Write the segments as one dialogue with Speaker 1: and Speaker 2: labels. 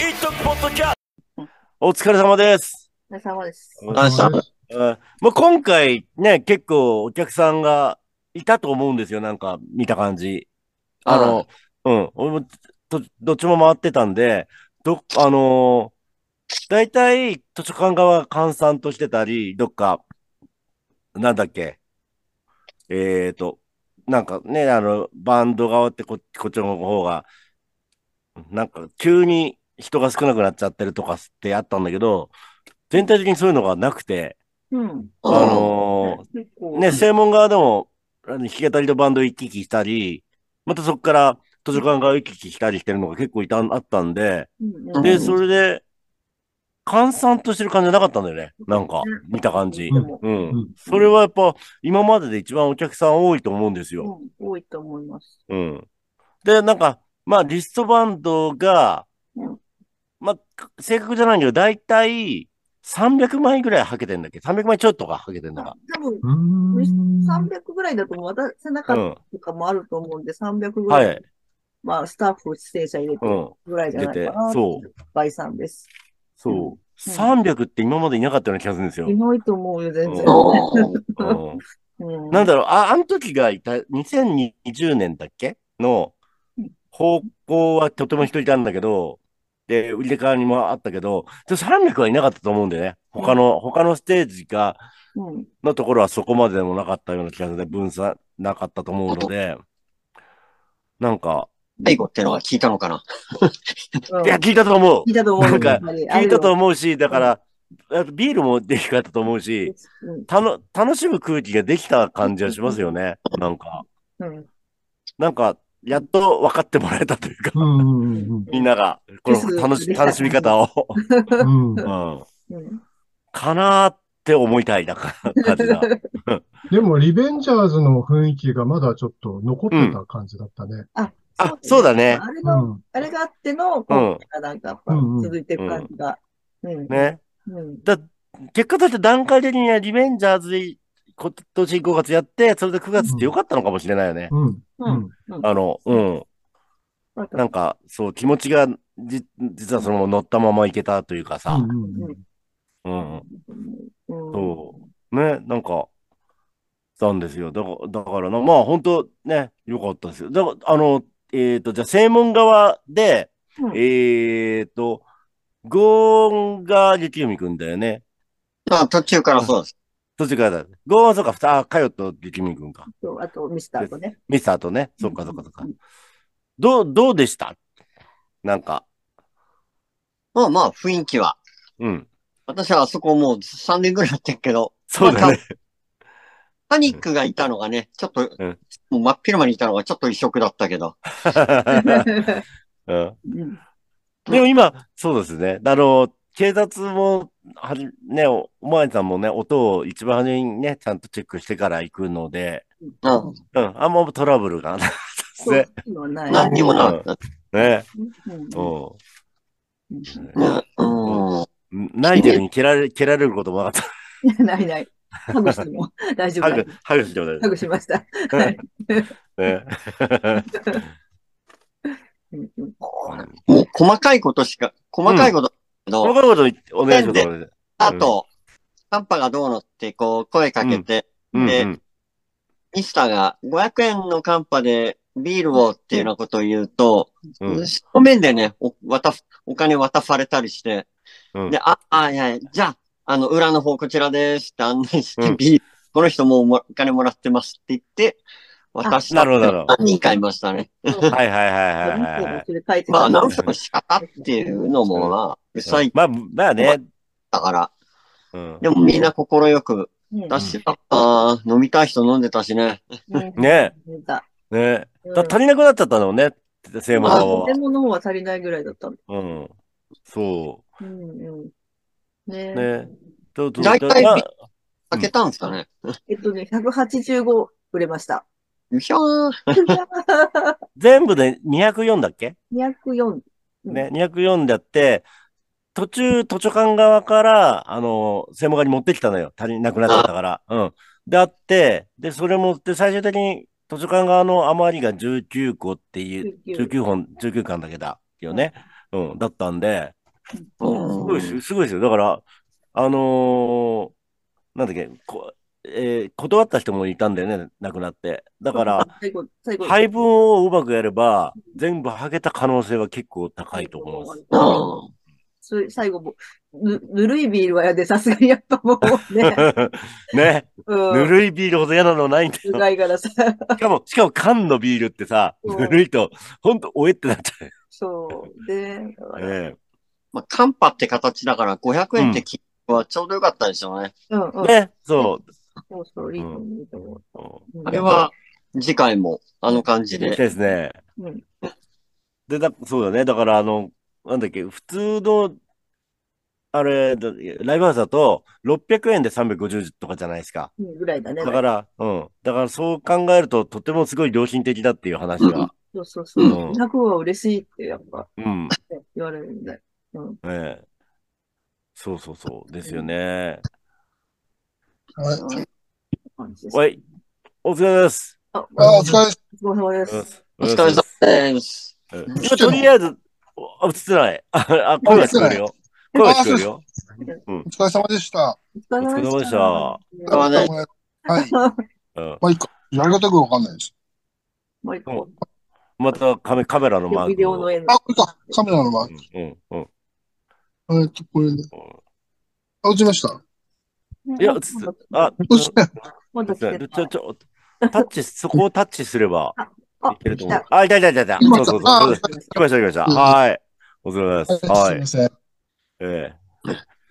Speaker 1: イトポッドキャストお疲れ様です。
Speaker 2: お疲れ様です。
Speaker 3: お疲れ様です
Speaker 1: うんまあ、今回ね、結構お客さんがいたと思うんですよ。なんか見た感じ。あの、うん。俺もとどっちも回ってたんで、ど、あのー、大体図書館側が閑散としてたり、どっか、なんだっけ、えーと、なんかね、あの、バンド側ってこ、こっちの方が、なんか急に人が少なくなっちゃってるとかってあったんだけど、全体的にそういうのがなくて、
Speaker 2: うん。
Speaker 1: あのー、
Speaker 2: 結構
Speaker 1: ね、正門側でも、あの弾き語りとバンド行き来したり、またそこから図書館側行き来したりしてるのが結構いたあったんで、
Speaker 2: うんうん
Speaker 1: で、それで、閑散としてる感じじゃなかったんだよね。なんか、見た感じ。う
Speaker 3: うんん。
Speaker 1: それはやっぱ、今までで一番お客さん多いと思うんですよ。
Speaker 2: うん多いと思います。
Speaker 1: うん。で、なんか、まあ、リストバンドが
Speaker 2: うん、
Speaker 1: まあ、正確じゃないんだけど、だいたい300枚ぐらいはけてんだっけ ?300 枚ちょっとか、はけてんだか。
Speaker 2: 多分
Speaker 3: うーん
Speaker 2: 300ぐらいだと思う。渡せなか
Speaker 1: う
Speaker 2: った
Speaker 1: ん。
Speaker 2: とかもあると思うんで、300ぐ
Speaker 1: は
Speaker 2: らい
Speaker 1: い。。
Speaker 2: まあ、スタッフ、出演者入れ
Speaker 1: う
Speaker 2: て
Speaker 1: ん。
Speaker 2: ぐらいじゃ
Speaker 1: 出
Speaker 2: ない
Speaker 1: て
Speaker 2: かな。、
Speaker 1: そう。
Speaker 2: 倍さんです。
Speaker 1: そう。
Speaker 2: うん
Speaker 1: 300って今までいなかったような気がするんですよ。
Speaker 2: いないと思うよ、全然。
Speaker 1: うん
Speaker 2: うん
Speaker 1: なんだろう、あ、あの時がいた、2020年だっけの
Speaker 2: うん、
Speaker 1: 方向はとても人いたんだけど、で、売り替わりもあったけど、で300はいなかったと思うんだよね。他の、他のステージが、
Speaker 2: うん
Speaker 1: のところはそこまででもなかったような気がするで、分散なかったと思うので、なんか、
Speaker 3: 最後ってのは聞いたのかな
Speaker 2: うん
Speaker 1: いや、聞いたと思う
Speaker 2: 聞。いたと思うよ。
Speaker 1: なんか
Speaker 2: やっぱり
Speaker 1: 聞いたと思うし、だから、あとビールもできかったと思うし、
Speaker 2: うん
Speaker 1: たの、楽しむ空気ができた感じがしますよね。なんか、
Speaker 2: うん
Speaker 1: なんか、やっと分かってもらえたというか、
Speaker 3: うん
Speaker 1: みんなが、こ
Speaker 2: です
Speaker 1: の楽し、
Speaker 2: でした
Speaker 1: 楽しみ方を、
Speaker 3: うん
Speaker 1: うん、
Speaker 2: うん
Speaker 1: かなーって思いたい、なんか、感 じが。
Speaker 3: でも、リベンジャーズの雰囲気がまだちょっと残ってた感じだったね。
Speaker 1: あ、そうだね。
Speaker 2: あれ
Speaker 3: う
Speaker 2: が、
Speaker 3: ん。
Speaker 2: あれがあっての、今回がなんかやっぱ続いていく感じが。うん
Speaker 1: ね。
Speaker 2: うん
Speaker 1: だ、結果として段階的にはリベンジャーズで、今年5月やって、それで9月って良かったのかもしれないよね。
Speaker 3: うん。
Speaker 2: う
Speaker 3: うんん。
Speaker 1: あの、うん。
Speaker 2: なん
Speaker 1: なんか、そう、気持ちが、じ、実はそのまま乗ったままいけたというかさ、うん。
Speaker 2: うん
Speaker 1: そう。ね、なんか、なんですよ。だから、だからな、まあ、本当ね、良かったですよ。だから、あの、えっ、と、じゃあ、正門側で、
Speaker 2: うん
Speaker 1: えっ、と、ゴーンが雪海くんだよね。
Speaker 3: あ、途中からそうです。
Speaker 1: 途中からだ。ゴーンはそうか、ふたあ、かよと雪海くんか。
Speaker 2: そうあと、ミスターとね。
Speaker 1: ミスターとね、そっかそっかそっか
Speaker 2: うん。
Speaker 1: どう、どうでしたなんか、
Speaker 4: まあまあ、雰囲気は。
Speaker 1: うん。
Speaker 4: 私はあそこもう3年ぐらいやってるけど、
Speaker 1: そうだね。
Speaker 4: パニックがいたのがね、ちょっと、
Speaker 1: うん
Speaker 4: もう真っ昼間にいたのがちょっと異色だったけど。
Speaker 1: うん。
Speaker 2: うん
Speaker 1: でも今、そうですね。あの、警察も、はじ、ね、おおまわりさんもね、音を一番初めにね、ちゃんとチェックしてから行くので、
Speaker 4: うん。
Speaker 1: うん、あんまトラブルが なかった
Speaker 2: そう
Speaker 1: で
Speaker 2: いうのはない。
Speaker 4: 何にもなかった。
Speaker 1: すね。ね。
Speaker 2: うん
Speaker 1: う
Speaker 4: うんうん。
Speaker 1: ん。ナイジェルに蹴られ、蹴られることもなかっ
Speaker 2: ないない。ハグしても大丈
Speaker 1: た。
Speaker 2: 夫
Speaker 1: ハ
Speaker 2: だ
Speaker 1: グ、ハグしてもらえ
Speaker 2: ハグしました。
Speaker 1: ね。ね。
Speaker 2: うんうん
Speaker 4: もう細かいことしか、細かいことだけど、
Speaker 1: 細かいこと言ってお願いします。俺
Speaker 4: あと、カンパがどうのってこう声かけて、
Speaker 1: うん
Speaker 4: で
Speaker 1: うん
Speaker 4: ミスターが500円のカンパでビールをっていうようなことを言うと、
Speaker 1: うん。
Speaker 4: 正面でね、お渡す、お金渡されたりして、
Speaker 1: うん
Speaker 4: で、あ、あ、いやいや、じゃあ、あの、裏の方こちらですって案内して、
Speaker 1: うん
Speaker 4: ビールこの人もうもお金もらってますって言って、渡した
Speaker 1: なるほどなるほど
Speaker 4: 何人かいましたね。
Speaker 1: はいはいはいはいはいはい。
Speaker 2: それ書いて
Speaker 4: まあ、なん
Speaker 2: た
Speaker 4: とか仕方っていうのもまあ、うさい
Speaker 1: まあ、まあね。
Speaker 4: だから、
Speaker 1: うん
Speaker 4: でもみんな心よく
Speaker 2: うん
Speaker 4: 出してた。ああ、飲みたい人飲んでたしね。
Speaker 2: うん
Speaker 1: ね。
Speaker 2: 見た
Speaker 1: ね。
Speaker 2: うん
Speaker 1: だ足りなくなっちゃったのね。正門
Speaker 2: まあ、
Speaker 1: 側は
Speaker 2: 建。物の方は足りないぐらいだったんだ。
Speaker 1: うん。そ
Speaker 2: うんうんね
Speaker 1: う。ね。とと
Speaker 4: 大体
Speaker 1: まあ
Speaker 4: 開けたんですかね。
Speaker 2: えっとね、185売れました。
Speaker 4: うひゃー。
Speaker 1: 全部で204だっけ
Speaker 2: 204。うん
Speaker 1: ね、204であって、途中、図書館側から、あの、専門家に持ってきたのよ。足りなくなっちゃったから。うん。であって、で、それも、で、最終的に図書館側の余りが19個っていう、
Speaker 2: 19
Speaker 1: 19本、19巻だけだよね。うん、だったんで、すごいですよ、すごいですよ。だから、あのーなんだっけ、こえー断った人もいたんだよね、亡くなって。だから、
Speaker 2: 最後、最後。
Speaker 1: 配分をうまくやれば、全部はげた可能性は結構高いと思います。
Speaker 4: うん
Speaker 2: それ最後も、ぬ、ぬるいビールは嫌で、さすがにやっぱもう ね、
Speaker 1: ね、
Speaker 2: うん、
Speaker 1: ぬるいビールほど嫌なのないんだ
Speaker 2: う
Speaker 1: よ。
Speaker 2: がいからさ、
Speaker 1: しかも、しかも缶のビールってさ、
Speaker 2: そう
Speaker 1: ぬるいと、ほんと、おえってなっちゃ
Speaker 2: そう。で、だか
Speaker 1: う
Speaker 2: ら
Speaker 1: よね。
Speaker 4: まあ、カンパって形だから500円って金額はちょうどよかったですよね。
Speaker 2: うんうん。
Speaker 1: ね、そう。
Speaker 2: そうそう、いいと思ういいと思う。
Speaker 1: う
Speaker 2: うん
Speaker 4: あれは、次回もあの感じ
Speaker 1: ん、行き
Speaker 4: で。
Speaker 1: たいですね。
Speaker 2: うん。
Speaker 1: で、だ、そうだね。だから、あの、なんだっけ、普通の、あれ、だライブハウスだと、600円で350とかじゃないですか。
Speaker 2: うんぐらいだね。
Speaker 1: だから、うん。だから、そう考えると、とてもすごい良心的だっていう話が。
Speaker 2: そうそうそうう。
Speaker 1: ん
Speaker 2: 200は嬉しいって、やっぱ、
Speaker 1: うん。
Speaker 2: ね言われるんで。うん。
Speaker 1: ええ。そうそうそう。ですよね。
Speaker 5: はい
Speaker 2: 感じです
Speaker 1: おい、お疲れです。
Speaker 2: あ、
Speaker 5: あ、お疲れです。
Speaker 2: お疲れ様で
Speaker 1: お
Speaker 2: す。
Speaker 4: お疲
Speaker 1: 様
Speaker 4: れ様です。
Speaker 1: です。じゃあとりあえず、おあ、映ってない。 あ、あ声が聞こえるよ。声が聞こえるよ。
Speaker 5: お疲れ様でした。
Speaker 2: お
Speaker 1: お疲れ様でした。
Speaker 4: あ
Speaker 5: は
Speaker 4: まだ
Speaker 5: い。も
Speaker 1: うん。
Speaker 5: う一個。やり方がわかんないです。
Speaker 2: もう一個、
Speaker 1: またカメ、カメラのマー
Speaker 2: ビデ
Speaker 1: ク
Speaker 2: オの
Speaker 1: を。
Speaker 2: 絵の
Speaker 5: あ、これか。カメラのマーク。
Speaker 1: うん、うん、
Speaker 5: えっと、これで。
Speaker 1: うん。
Speaker 5: あ、落ちました。
Speaker 1: いや、つあ、
Speaker 5: 落ちた。
Speaker 2: まだ来
Speaker 1: ち
Speaker 2: て
Speaker 1: ょ、
Speaker 2: る。
Speaker 1: ちょ、ちょ、タッチ、そこをタッチすれば
Speaker 2: あ
Speaker 1: い、けると
Speaker 2: 来
Speaker 1: 思う
Speaker 2: た。。
Speaker 1: あ、いたいたいたいた。
Speaker 5: 今
Speaker 1: そうそう
Speaker 5: あ
Speaker 1: そう。来ました来ました。
Speaker 5: うん
Speaker 1: はい。お疲れ様です。
Speaker 5: は
Speaker 1: はい
Speaker 5: すい
Speaker 1: い
Speaker 5: ま。せん。
Speaker 1: え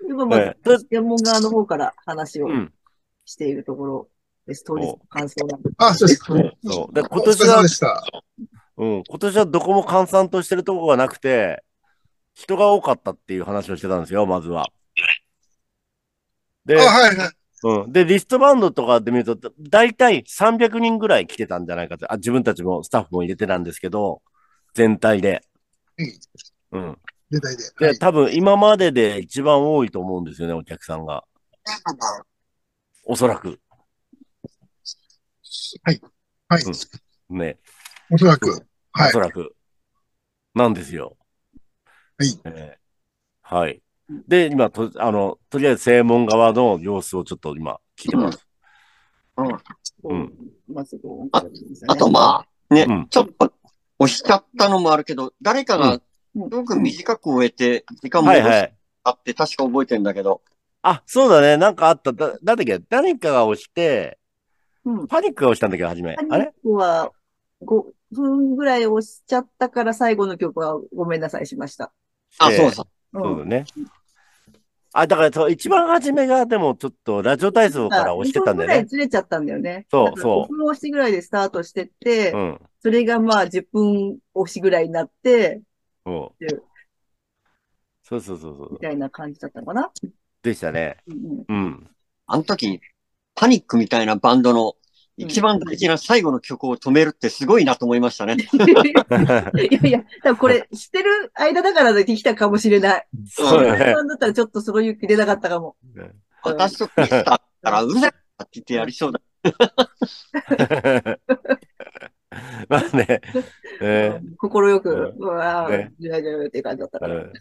Speaker 2: 今まだ、専門側の方から話
Speaker 1: え。
Speaker 2: を
Speaker 1: うん。
Speaker 2: しているところです。当日の感想なんで。
Speaker 5: あ、そうです。
Speaker 1: そう。で、
Speaker 5: お
Speaker 1: 今
Speaker 5: 疲
Speaker 1: 年
Speaker 5: れ様
Speaker 1: は
Speaker 5: で、した。
Speaker 1: うん、今年はどこも閑散としてるとこがなくて、人が多かったっていう話をしてたんですよ、まずは。で
Speaker 5: あ、、はいはい。
Speaker 1: うん。で、リストバンドとかで見ると、だいたい300人ぐらい来てたんじゃないかって、あ、自分たちもスタッフも入れてたんですけど、全体で。うん。
Speaker 5: 出たいで。は
Speaker 1: で、
Speaker 5: い。
Speaker 1: 多分今までで一番多いと思うんですよね、お客さんが。おそらく。
Speaker 5: はい。はい。
Speaker 1: ね。
Speaker 5: おそらく。は
Speaker 1: お
Speaker 5: い
Speaker 1: そ。らく。なんですよ。
Speaker 5: はい
Speaker 1: えーはい。で、今、と、あの、とりあえず正門側の様子をちょっと今聞いてます。うん
Speaker 2: まずこう、
Speaker 4: ああとまあ、ね、
Speaker 1: うん
Speaker 4: ちょっと惜しかったのもあるけど、誰かがすごく短く終えて、時間も
Speaker 1: はい
Speaker 4: 惜し
Speaker 1: は
Speaker 4: か
Speaker 1: い。
Speaker 4: って確か覚えてんだけど、
Speaker 1: あ、そうだね。なんかあった。だ、なんだっけ誰かが押して、
Speaker 2: うん
Speaker 1: パニックが押したんだけど、初め。
Speaker 2: パニ
Speaker 1: あれ
Speaker 2: ックは5分ぐらい押しちゃったから最後の曲はごめんなさいしました。
Speaker 4: あ、
Speaker 1: ええ
Speaker 4: そうそう。
Speaker 2: うん
Speaker 1: そうだね。あ、だからそう、一番初めが、でもちょっと、ラジオ体操から押してたんだよ
Speaker 2: 2分ぐらい
Speaker 1: ね。
Speaker 2: ずれちゃったんだよね。
Speaker 1: そう
Speaker 2: だから
Speaker 1: そう
Speaker 2: 5分押しぐらいでスタートしてって、
Speaker 1: うん。
Speaker 2: それがまあ10分押しぐらいになって、
Speaker 1: そう
Speaker 2: で
Speaker 1: そうそうそうそう
Speaker 2: み。たいな感じだったのかな。
Speaker 1: でしたね。
Speaker 2: うん
Speaker 1: うん。
Speaker 4: あの時、パニックみたいなバンドの一番大事な最後の曲を止めるってすごいなと思いましたね。
Speaker 2: うんいやいや、多分これ、知ってる間だからできたかもしれない。
Speaker 1: そうだね
Speaker 2: 不。安だったらちょっとその勇気出なかったかも。
Speaker 4: 私とピスターからうるせえって言ってやりそうだ。
Speaker 1: まあね。え
Speaker 2: 心よく、
Speaker 1: う
Speaker 2: うわぁ
Speaker 1: ね、
Speaker 2: じゃじゃっていう感じだったから。
Speaker 1: うん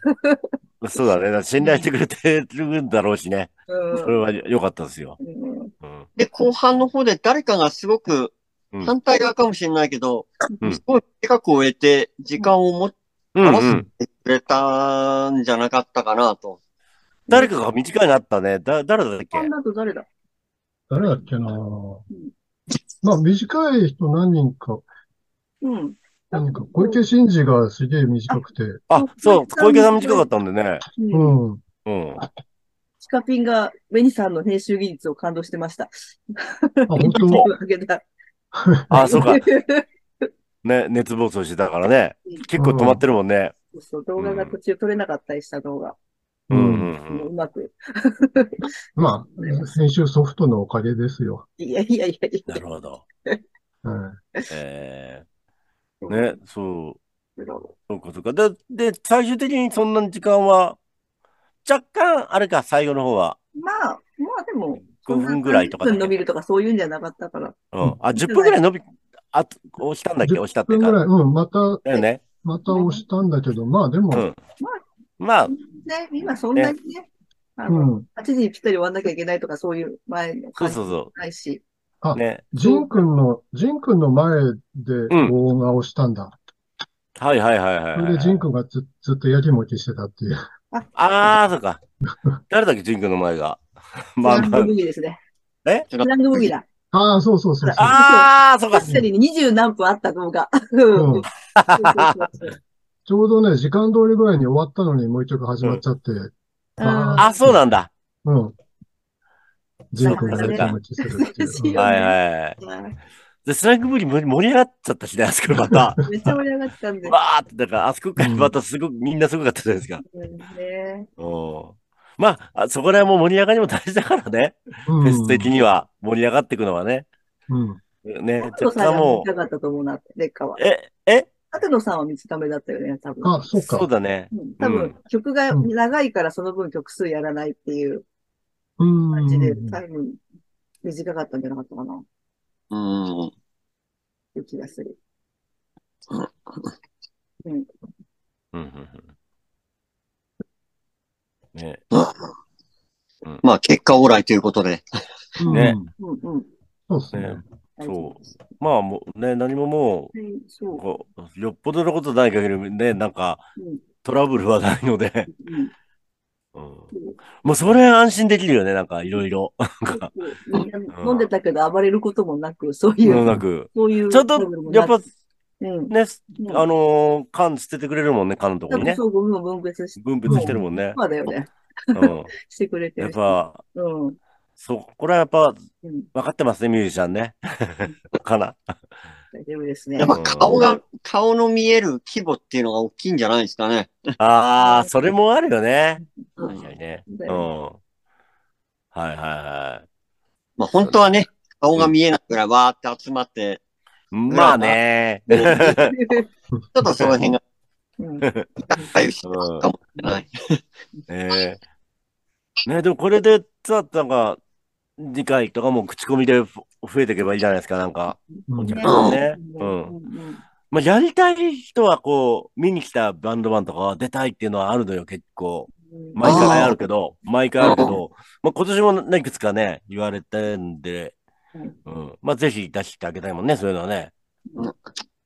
Speaker 1: そうだね。だから信頼してくれてるんだろうしね。
Speaker 2: うん
Speaker 1: それは良かったですよ。
Speaker 2: うん
Speaker 1: うん。
Speaker 4: で、後半の方で誰かがすごく
Speaker 1: うん
Speaker 4: 反対側かもしれないけど、
Speaker 1: うん
Speaker 4: すごい短く終えて時間を持っ
Speaker 1: うん
Speaker 4: あら
Speaker 1: うん
Speaker 4: てくれたんじゃなかったかなと。
Speaker 1: 誰かが短いのあったね。だ、誰だっけ
Speaker 2: あんなと誰だ
Speaker 3: 誰だっけなまあ、短い人何人か、
Speaker 2: うん。
Speaker 3: 何人か、小池真二がすげえ短くて、
Speaker 1: あ、そう、小池さん短かったんでね。
Speaker 2: うん
Speaker 3: うん。
Speaker 1: うん。
Speaker 2: チカピンがベニさんの編集技術を感動してました。
Speaker 3: あ、本当
Speaker 1: お
Speaker 2: あげた
Speaker 1: あ、そう か。ね、熱暴走してたからね。結構止まってるもんね。
Speaker 2: そうそう動画が途中撮れなかったりした動画。
Speaker 1: う
Speaker 3: うんん
Speaker 1: うん
Speaker 2: もううまく。
Speaker 3: まあ、編集ソフトのおかげですよ。
Speaker 2: いやいやいやい
Speaker 1: な
Speaker 2: や
Speaker 1: る。ほど。
Speaker 3: うん
Speaker 1: ええね、そう。
Speaker 2: なるほど
Speaker 1: そうか、そうか。で、で、最終的にそんな時間は、若干、あれか、最後の方は、
Speaker 2: まあ、まあでも、
Speaker 1: 5分ぐらいとかだっ
Speaker 2: 10分伸
Speaker 1: け
Speaker 2: びるとかそういうんじゃなかったから。
Speaker 1: うん。あ、10分ぐらい伸び、あ、押したんだっけ押したって
Speaker 3: 10
Speaker 1: いう
Speaker 3: 分
Speaker 1: か。
Speaker 3: ぐらい、うん、また、
Speaker 1: だよね。
Speaker 3: また押したんだけど、まあで
Speaker 1: う
Speaker 3: も、
Speaker 1: んまあ、
Speaker 2: ね、今そんなにね、あの、
Speaker 3: うん。
Speaker 2: 8時にぴったり終わんなきゃいけないとか、そういう前の
Speaker 1: そう
Speaker 2: 感じ
Speaker 1: そうそ
Speaker 2: ないし、
Speaker 1: う。ね。
Speaker 3: ジン君の、ジン君の前で
Speaker 1: ん
Speaker 3: 動画をしたんだ。
Speaker 1: はいはいはいはい
Speaker 3: そ
Speaker 1: は
Speaker 3: れ
Speaker 1: い。
Speaker 3: でジン君がずずっとやきもきしてたっていう。
Speaker 1: あー、そうか。誰だっけ、ジン君の前 が。まあ
Speaker 2: ラン
Speaker 1: ま
Speaker 2: ド
Speaker 1: あ
Speaker 2: ブ。ギーですね。
Speaker 1: え
Speaker 2: スランドブギーだ。
Speaker 3: ああ、そうそうそうそう。
Speaker 1: あー、そう か。
Speaker 2: 確かに20何分あった動画。うん
Speaker 3: うんちょうどね、時間通りぐらいに終わったのにもう一曲始まっちゃって、
Speaker 2: あ
Speaker 1: あ、そうなんだ。
Speaker 3: うん。ジン君がやきもきするっていう。
Speaker 2: そう
Speaker 1: はいはいはい。で、スラングブリ盛り上がっちゃったしね、あそこま た。
Speaker 2: めっちゃ盛り上がったんで。
Speaker 1: わーって、だから、あそこからまたすごく、みんなすごかったじゃないですか。
Speaker 2: うんね
Speaker 1: うん。まああ、そこら辺も盛り上がりも大事だからね。
Speaker 3: うん
Speaker 1: フェス的には盛り上がっていくのはね。
Speaker 3: うん。
Speaker 1: ね、
Speaker 2: 加藤
Speaker 1: 若
Speaker 2: さん
Speaker 1: 干
Speaker 2: が
Speaker 1: も
Speaker 2: 短かったと思うな、劣化は
Speaker 1: う、。え、え
Speaker 2: 加藤さんは短めだったよね、多分。
Speaker 3: あ、そう
Speaker 1: そう
Speaker 3: か。
Speaker 1: だね。
Speaker 2: うん多
Speaker 1: う
Speaker 2: 分
Speaker 1: ん、
Speaker 2: 曲が長いからその分曲数やらないっていう
Speaker 3: うん。
Speaker 2: 感じで、多分、短かったんじゃなかったかな、っ
Speaker 4: うん。
Speaker 2: ていう気がする。
Speaker 1: うんうんうん。ね、
Speaker 4: まあ、結果オーライということで。
Speaker 3: うん
Speaker 1: ね。
Speaker 2: うんうん。
Speaker 3: そうですね
Speaker 1: ね。そうまあもうね、何もも
Speaker 2: はい。
Speaker 1: う、
Speaker 2: そう。
Speaker 1: こうよっぽどのことない限りね、なんか
Speaker 2: うん
Speaker 1: トラブルはないので、
Speaker 2: うん
Speaker 1: うん、
Speaker 2: そう
Speaker 1: もうそれ安心できるよね、なんかいろいろ。
Speaker 2: みんな飲んでたけど暴れることもなく、そういう、
Speaker 1: うんなく。
Speaker 2: そういう。
Speaker 1: ちょっと
Speaker 2: トラブルも、
Speaker 1: やっ
Speaker 2: なく
Speaker 1: ぱ
Speaker 2: うん。
Speaker 1: ね、
Speaker 2: うん
Speaker 1: あのー缶捨ててくれるもんね、缶のとこにね。
Speaker 2: そう、ゴミも分別して、
Speaker 1: 分別してるもんね。
Speaker 2: まあだよね。
Speaker 1: うん、
Speaker 2: してくれて
Speaker 1: やっ
Speaker 2: るし。
Speaker 1: ぱ、
Speaker 2: うん。うん
Speaker 1: そこらやっぱ
Speaker 2: うん
Speaker 1: 分かってますね、ミュージシャンね。 かな。
Speaker 2: 大丈夫ですね
Speaker 4: やっ。ぱ顔が、顔の見える規模っていうのが大きいんじゃないですかね。
Speaker 1: ああ、それもあるよね。
Speaker 2: うん
Speaker 1: 確かにね。
Speaker 2: だ
Speaker 1: うん。
Speaker 2: よ
Speaker 1: はいはいは
Speaker 4: まあ、本当はね、顔が見えないくらいわーって集まって、
Speaker 1: い。まあね。
Speaker 4: ちょっ
Speaker 2: ね
Speaker 4: とその辺が、
Speaker 2: うん
Speaker 4: あいうし
Speaker 1: うん
Speaker 4: かもしれない。
Speaker 1: ねえねでもこれで、さ、なんか、次回とかも口コミでふ増えていけばいいじゃないですか、なんか。
Speaker 3: うん
Speaker 1: ねう
Speaker 2: うんんうん
Speaker 1: まあ、やりたい人は、こう、見に来たバンドマンとかは出たいっていうのはあるのよ、結構。
Speaker 2: うん
Speaker 1: 毎回あるけど、毎回あるけど、まあ、今年もね、いくつかね、言われてんで、
Speaker 2: うん
Speaker 1: うん。まあ、ぜひ出してあげたいもんね、そういうのはね。
Speaker 4: うん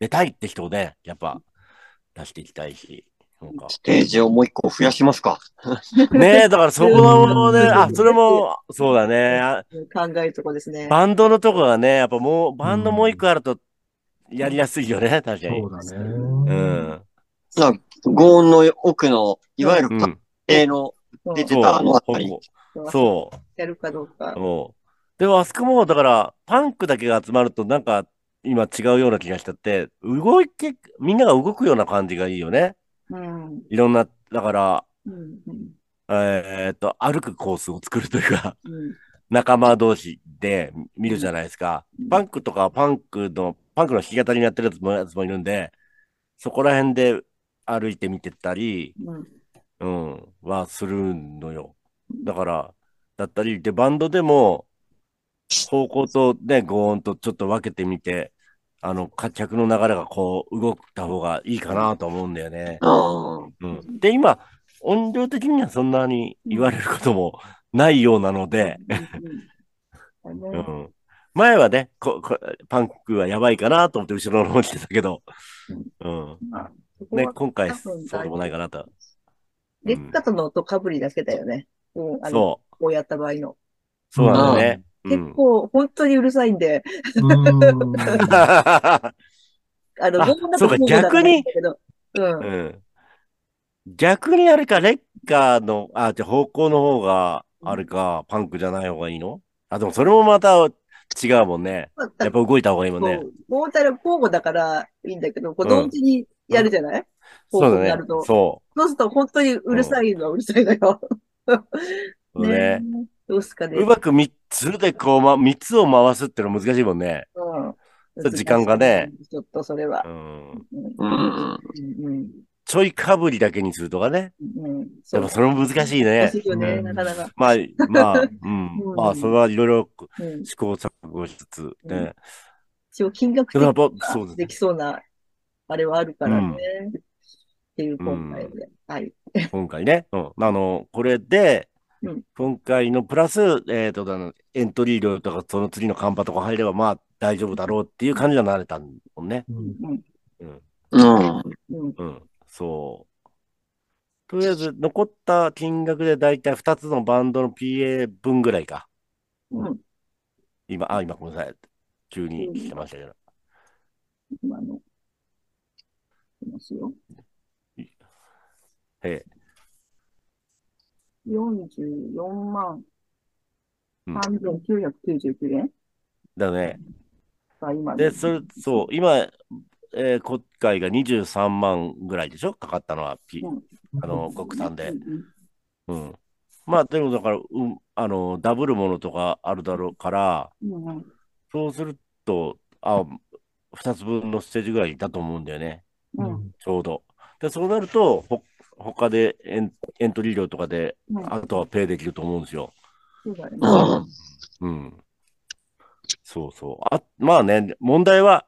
Speaker 1: 出たいって人をね、やっぱ、出していきたいし。なん か
Speaker 4: ステージをもう一個増やしますか。
Speaker 1: ねえ、だからそこもね、
Speaker 3: うん
Speaker 1: あ、それも、そうだね。あ
Speaker 2: 考えるとこですね。
Speaker 1: バンドのとこがね、やっぱもう、バンドもう一個あると、やりやすいよね、確かに
Speaker 3: そ。うだね。
Speaker 1: うん。
Speaker 4: ゴーンの奥の、いわゆる
Speaker 1: う
Speaker 4: パッ
Speaker 1: ん。
Speaker 4: ケの、
Speaker 2: そう
Speaker 4: 出て
Speaker 1: そ
Speaker 4: たあのあたり
Speaker 1: う。そ
Speaker 2: やるかどうか
Speaker 1: う。。もう。でも、あそこも、だから、パンクだけが集まると、なんか、今違うような気がしちゃって、動いて、みんなが動くような感じがいいよね。
Speaker 2: うん。
Speaker 1: いろんな、だから、
Speaker 2: うん。うん
Speaker 1: えーっと、歩くコースを作るというか、
Speaker 2: うん
Speaker 1: 仲間同士で見るじゃないですか。パンクとかパンクの、パンクの弾き語りにやってるやつもやつもいるんで、そこら辺で歩いて見てたり、
Speaker 2: う
Speaker 1: う
Speaker 2: ん
Speaker 1: ん、はするのよ。だから、だったり、で、バンドでも、方向とね、ご音とちょっと分けてみて、あの、か客の流れがこう、動いた方がいいかなと思うんだよね。
Speaker 4: あ
Speaker 1: うん、で、今、音量的にはそんなに言われることもないようなので、
Speaker 2: うん
Speaker 1: う
Speaker 2: うん
Speaker 1: ん前はねここ、パンクはやばいかなと思って後ろの方に来てたけど、うん。
Speaker 2: まあそこ
Speaker 1: ね
Speaker 2: は、
Speaker 1: 今回、
Speaker 2: 多
Speaker 1: そう
Speaker 2: 分
Speaker 1: でもないかなと。
Speaker 2: レッカとの音かぶりだけだよね。うん。あの、
Speaker 1: そ
Speaker 2: こうやった場合の。
Speaker 1: う。そうなんだよね。う
Speaker 2: 結
Speaker 1: ん。
Speaker 2: 構、本当にうるさいんで、
Speaker 3: うん。
Speaker 2: あの、
Speaker 1: あ
Speaker 2: どんな
Speaker 1: そうか
Speaker 2: とこだ
Speaker 1: 逆に
Speaker 2: だけどうん。
Speaker 1: うん逆にあれか、レッカーの、あ、じゃあ方向の方があるか、パンクじゃない方がいいのあ、でもそれもまた違うもんね。
Speaker 2: まあ
Speaker 1: やっぱ動いた方がいいもんね
Speaker 2: こ。う、モータル交互だからいいんだけど、こう同時にやるじゃない、こう
Speaker 1: そうだ
Speaker 2: や
Speaker 1: ね
Speaker 2: ると。。
Speaker 1: そ
Speaker 2: そうすると本当にうるさいのはうるさいのよ。
Speaker 1: う。ね。
Speaker 2: どうすかね。
Speaker 1: うまく三つでこう、ま、三つを回すってのは難しいもんね。
Speaker 2: う
Speaker 1: そう
Speaker 2: ん。
Speaker 1: 時間がね。
Speaker 2: ちょっとそれは
Speaker 1: う。ん。
Speaker 2: うん
Speaker 4: あ、うん。
Speaker 2: うん
Speaker 1: ちょいかぶりだけにするとかね。
Speaker 2: うんうん。
Speaker 1: やっぱそれも難しいね
Speaker 2: 難。しいよね、
Speaker 3: うん
Speaker 2: なかなか。
Speaker 1: まあ、まあ、うん
Speaker 2: う。ん
Speaker 1: まあ、それはいろいろ
Speaker 2: うん。
Speaker 1: 試行錯誤しつつね。
Speaker 2: 一応金額
Speaker 1: で
Speaker 2: 的
Speaker 1: もやっ
Speaker 2: に
Speaker 1: ぱ、そうです
Speaker 2: で
Speaker 1: ね。
Speaker 2: きそうな、あれはあるからね。っていう今回で。はい。
Speaker 1: 今回ね。うん。あの、これで
Speaker 2: うん、
Speaker 1: 今回のプラス、えっと、あのエントリー料とか、その次のカンパとか入れば、まあ、大丈夫だろうっていう感じにはなれたもんね。
Speaker 3: うん
Speaker 2: うん。
Speaker 1: うん。
Speaker 4: うん。
Speaker 2: うん。
Speaker 1: うん。そう。とりあえず、残った金額でだいたい2つのバンドの PA 分ぐらいか。
Speaker 2: うん。
Speaker 1: 今、あ、今ごめんなさい。急に来てましたけど。
Speaker 2: 今の。いきますよ。
Speaker 1: え
Speaker 2: 44万
Speaker 1: うん
Speaker 2: 3999円
Speaker 1: だね。
Speaker 2: が今
Speaker 1: で、それ、そう、今、えー、今回が23万ぐらいでしょかかったのは、ピ
Speaker 2: うん
Speaker 1: あの、国産で
Speaker 2: う。
Speaker 1: う
Speaker 2: ん
Speaker 1: ん。まあ、でもだから、うん、あの、ダブルものとかあるだろうから、
Speaker 2: うんうん
Speaker 1: そうすると、あ、2つ分のステージぐらいだと思うんだよね。
Speaker 2: うん
Speaker 1: ちょうど。で、そうなると、ほ、他でエン、エントリー料とかで、
Speaker 2: うん
Speaker 1: あとはペイできると思うんですよ。
Speaker 2: そう だよね
Speaker 4: うん。
Speaker 1: うん。そうそう。あ、まあね、問題は、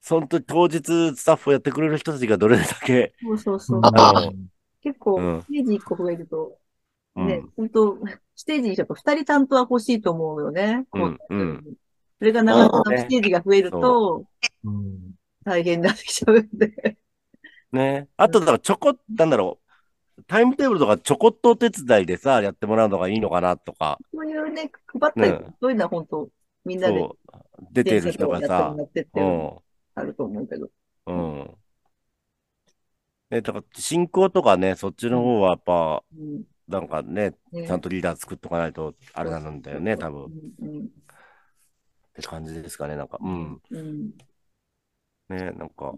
Speaker 1: その時当日スタッフをやってくれる人たちがどれだけ、
Speaker 2: そうそうそう。
Speaker 4: あ
Speaker 1: う
Speaker 2: 結
Speaker 1: ん
Speaker 2: 構、ステージ1個増えると、
Speaker 1: うん
Speaker 2: ね、本当ステージにちょっと2人担当は欲しいと思うよね。
Speaker 1: うんうん
Speaker 2: それがなかな
Speaker 1: うん
Speaker 2: かステージが増えると
Speaker 3: うん
Speaker 2: 大変になってきちゃうんで。
Speaker 1: ね。あと、だからちょこ、なんだろう。タイムテーブルとかちょこっとお手伝いでさ、やってもらうのがいいのかなとか、
Speaker 2: そういうね、配ったり、
Speaker 1: うん
Speaker 2: そういうのは本当みんなで
Speaker 1: そう、出てる人がさ、
Speaker 2: やってって
Speaker 1: う
Speaker 2: るの
Speaker 1: ん、
Speaker 2: あると思うけど。
Speaker 1: うん。ね、だから進行とかね、そっちの方はやっぱ、
Speaker 2: うん
Speaker 1: なんかね、
Speaker 2: ね
Speaker 1: ちゃんとリーダー作っとかないと、あれなんだよね、多分。っ
Speaker 2: うん
Speaker 1: て感じですかね、なんか。うん。
Speaker 2: うんうん
Speaker 1: ね、なんか、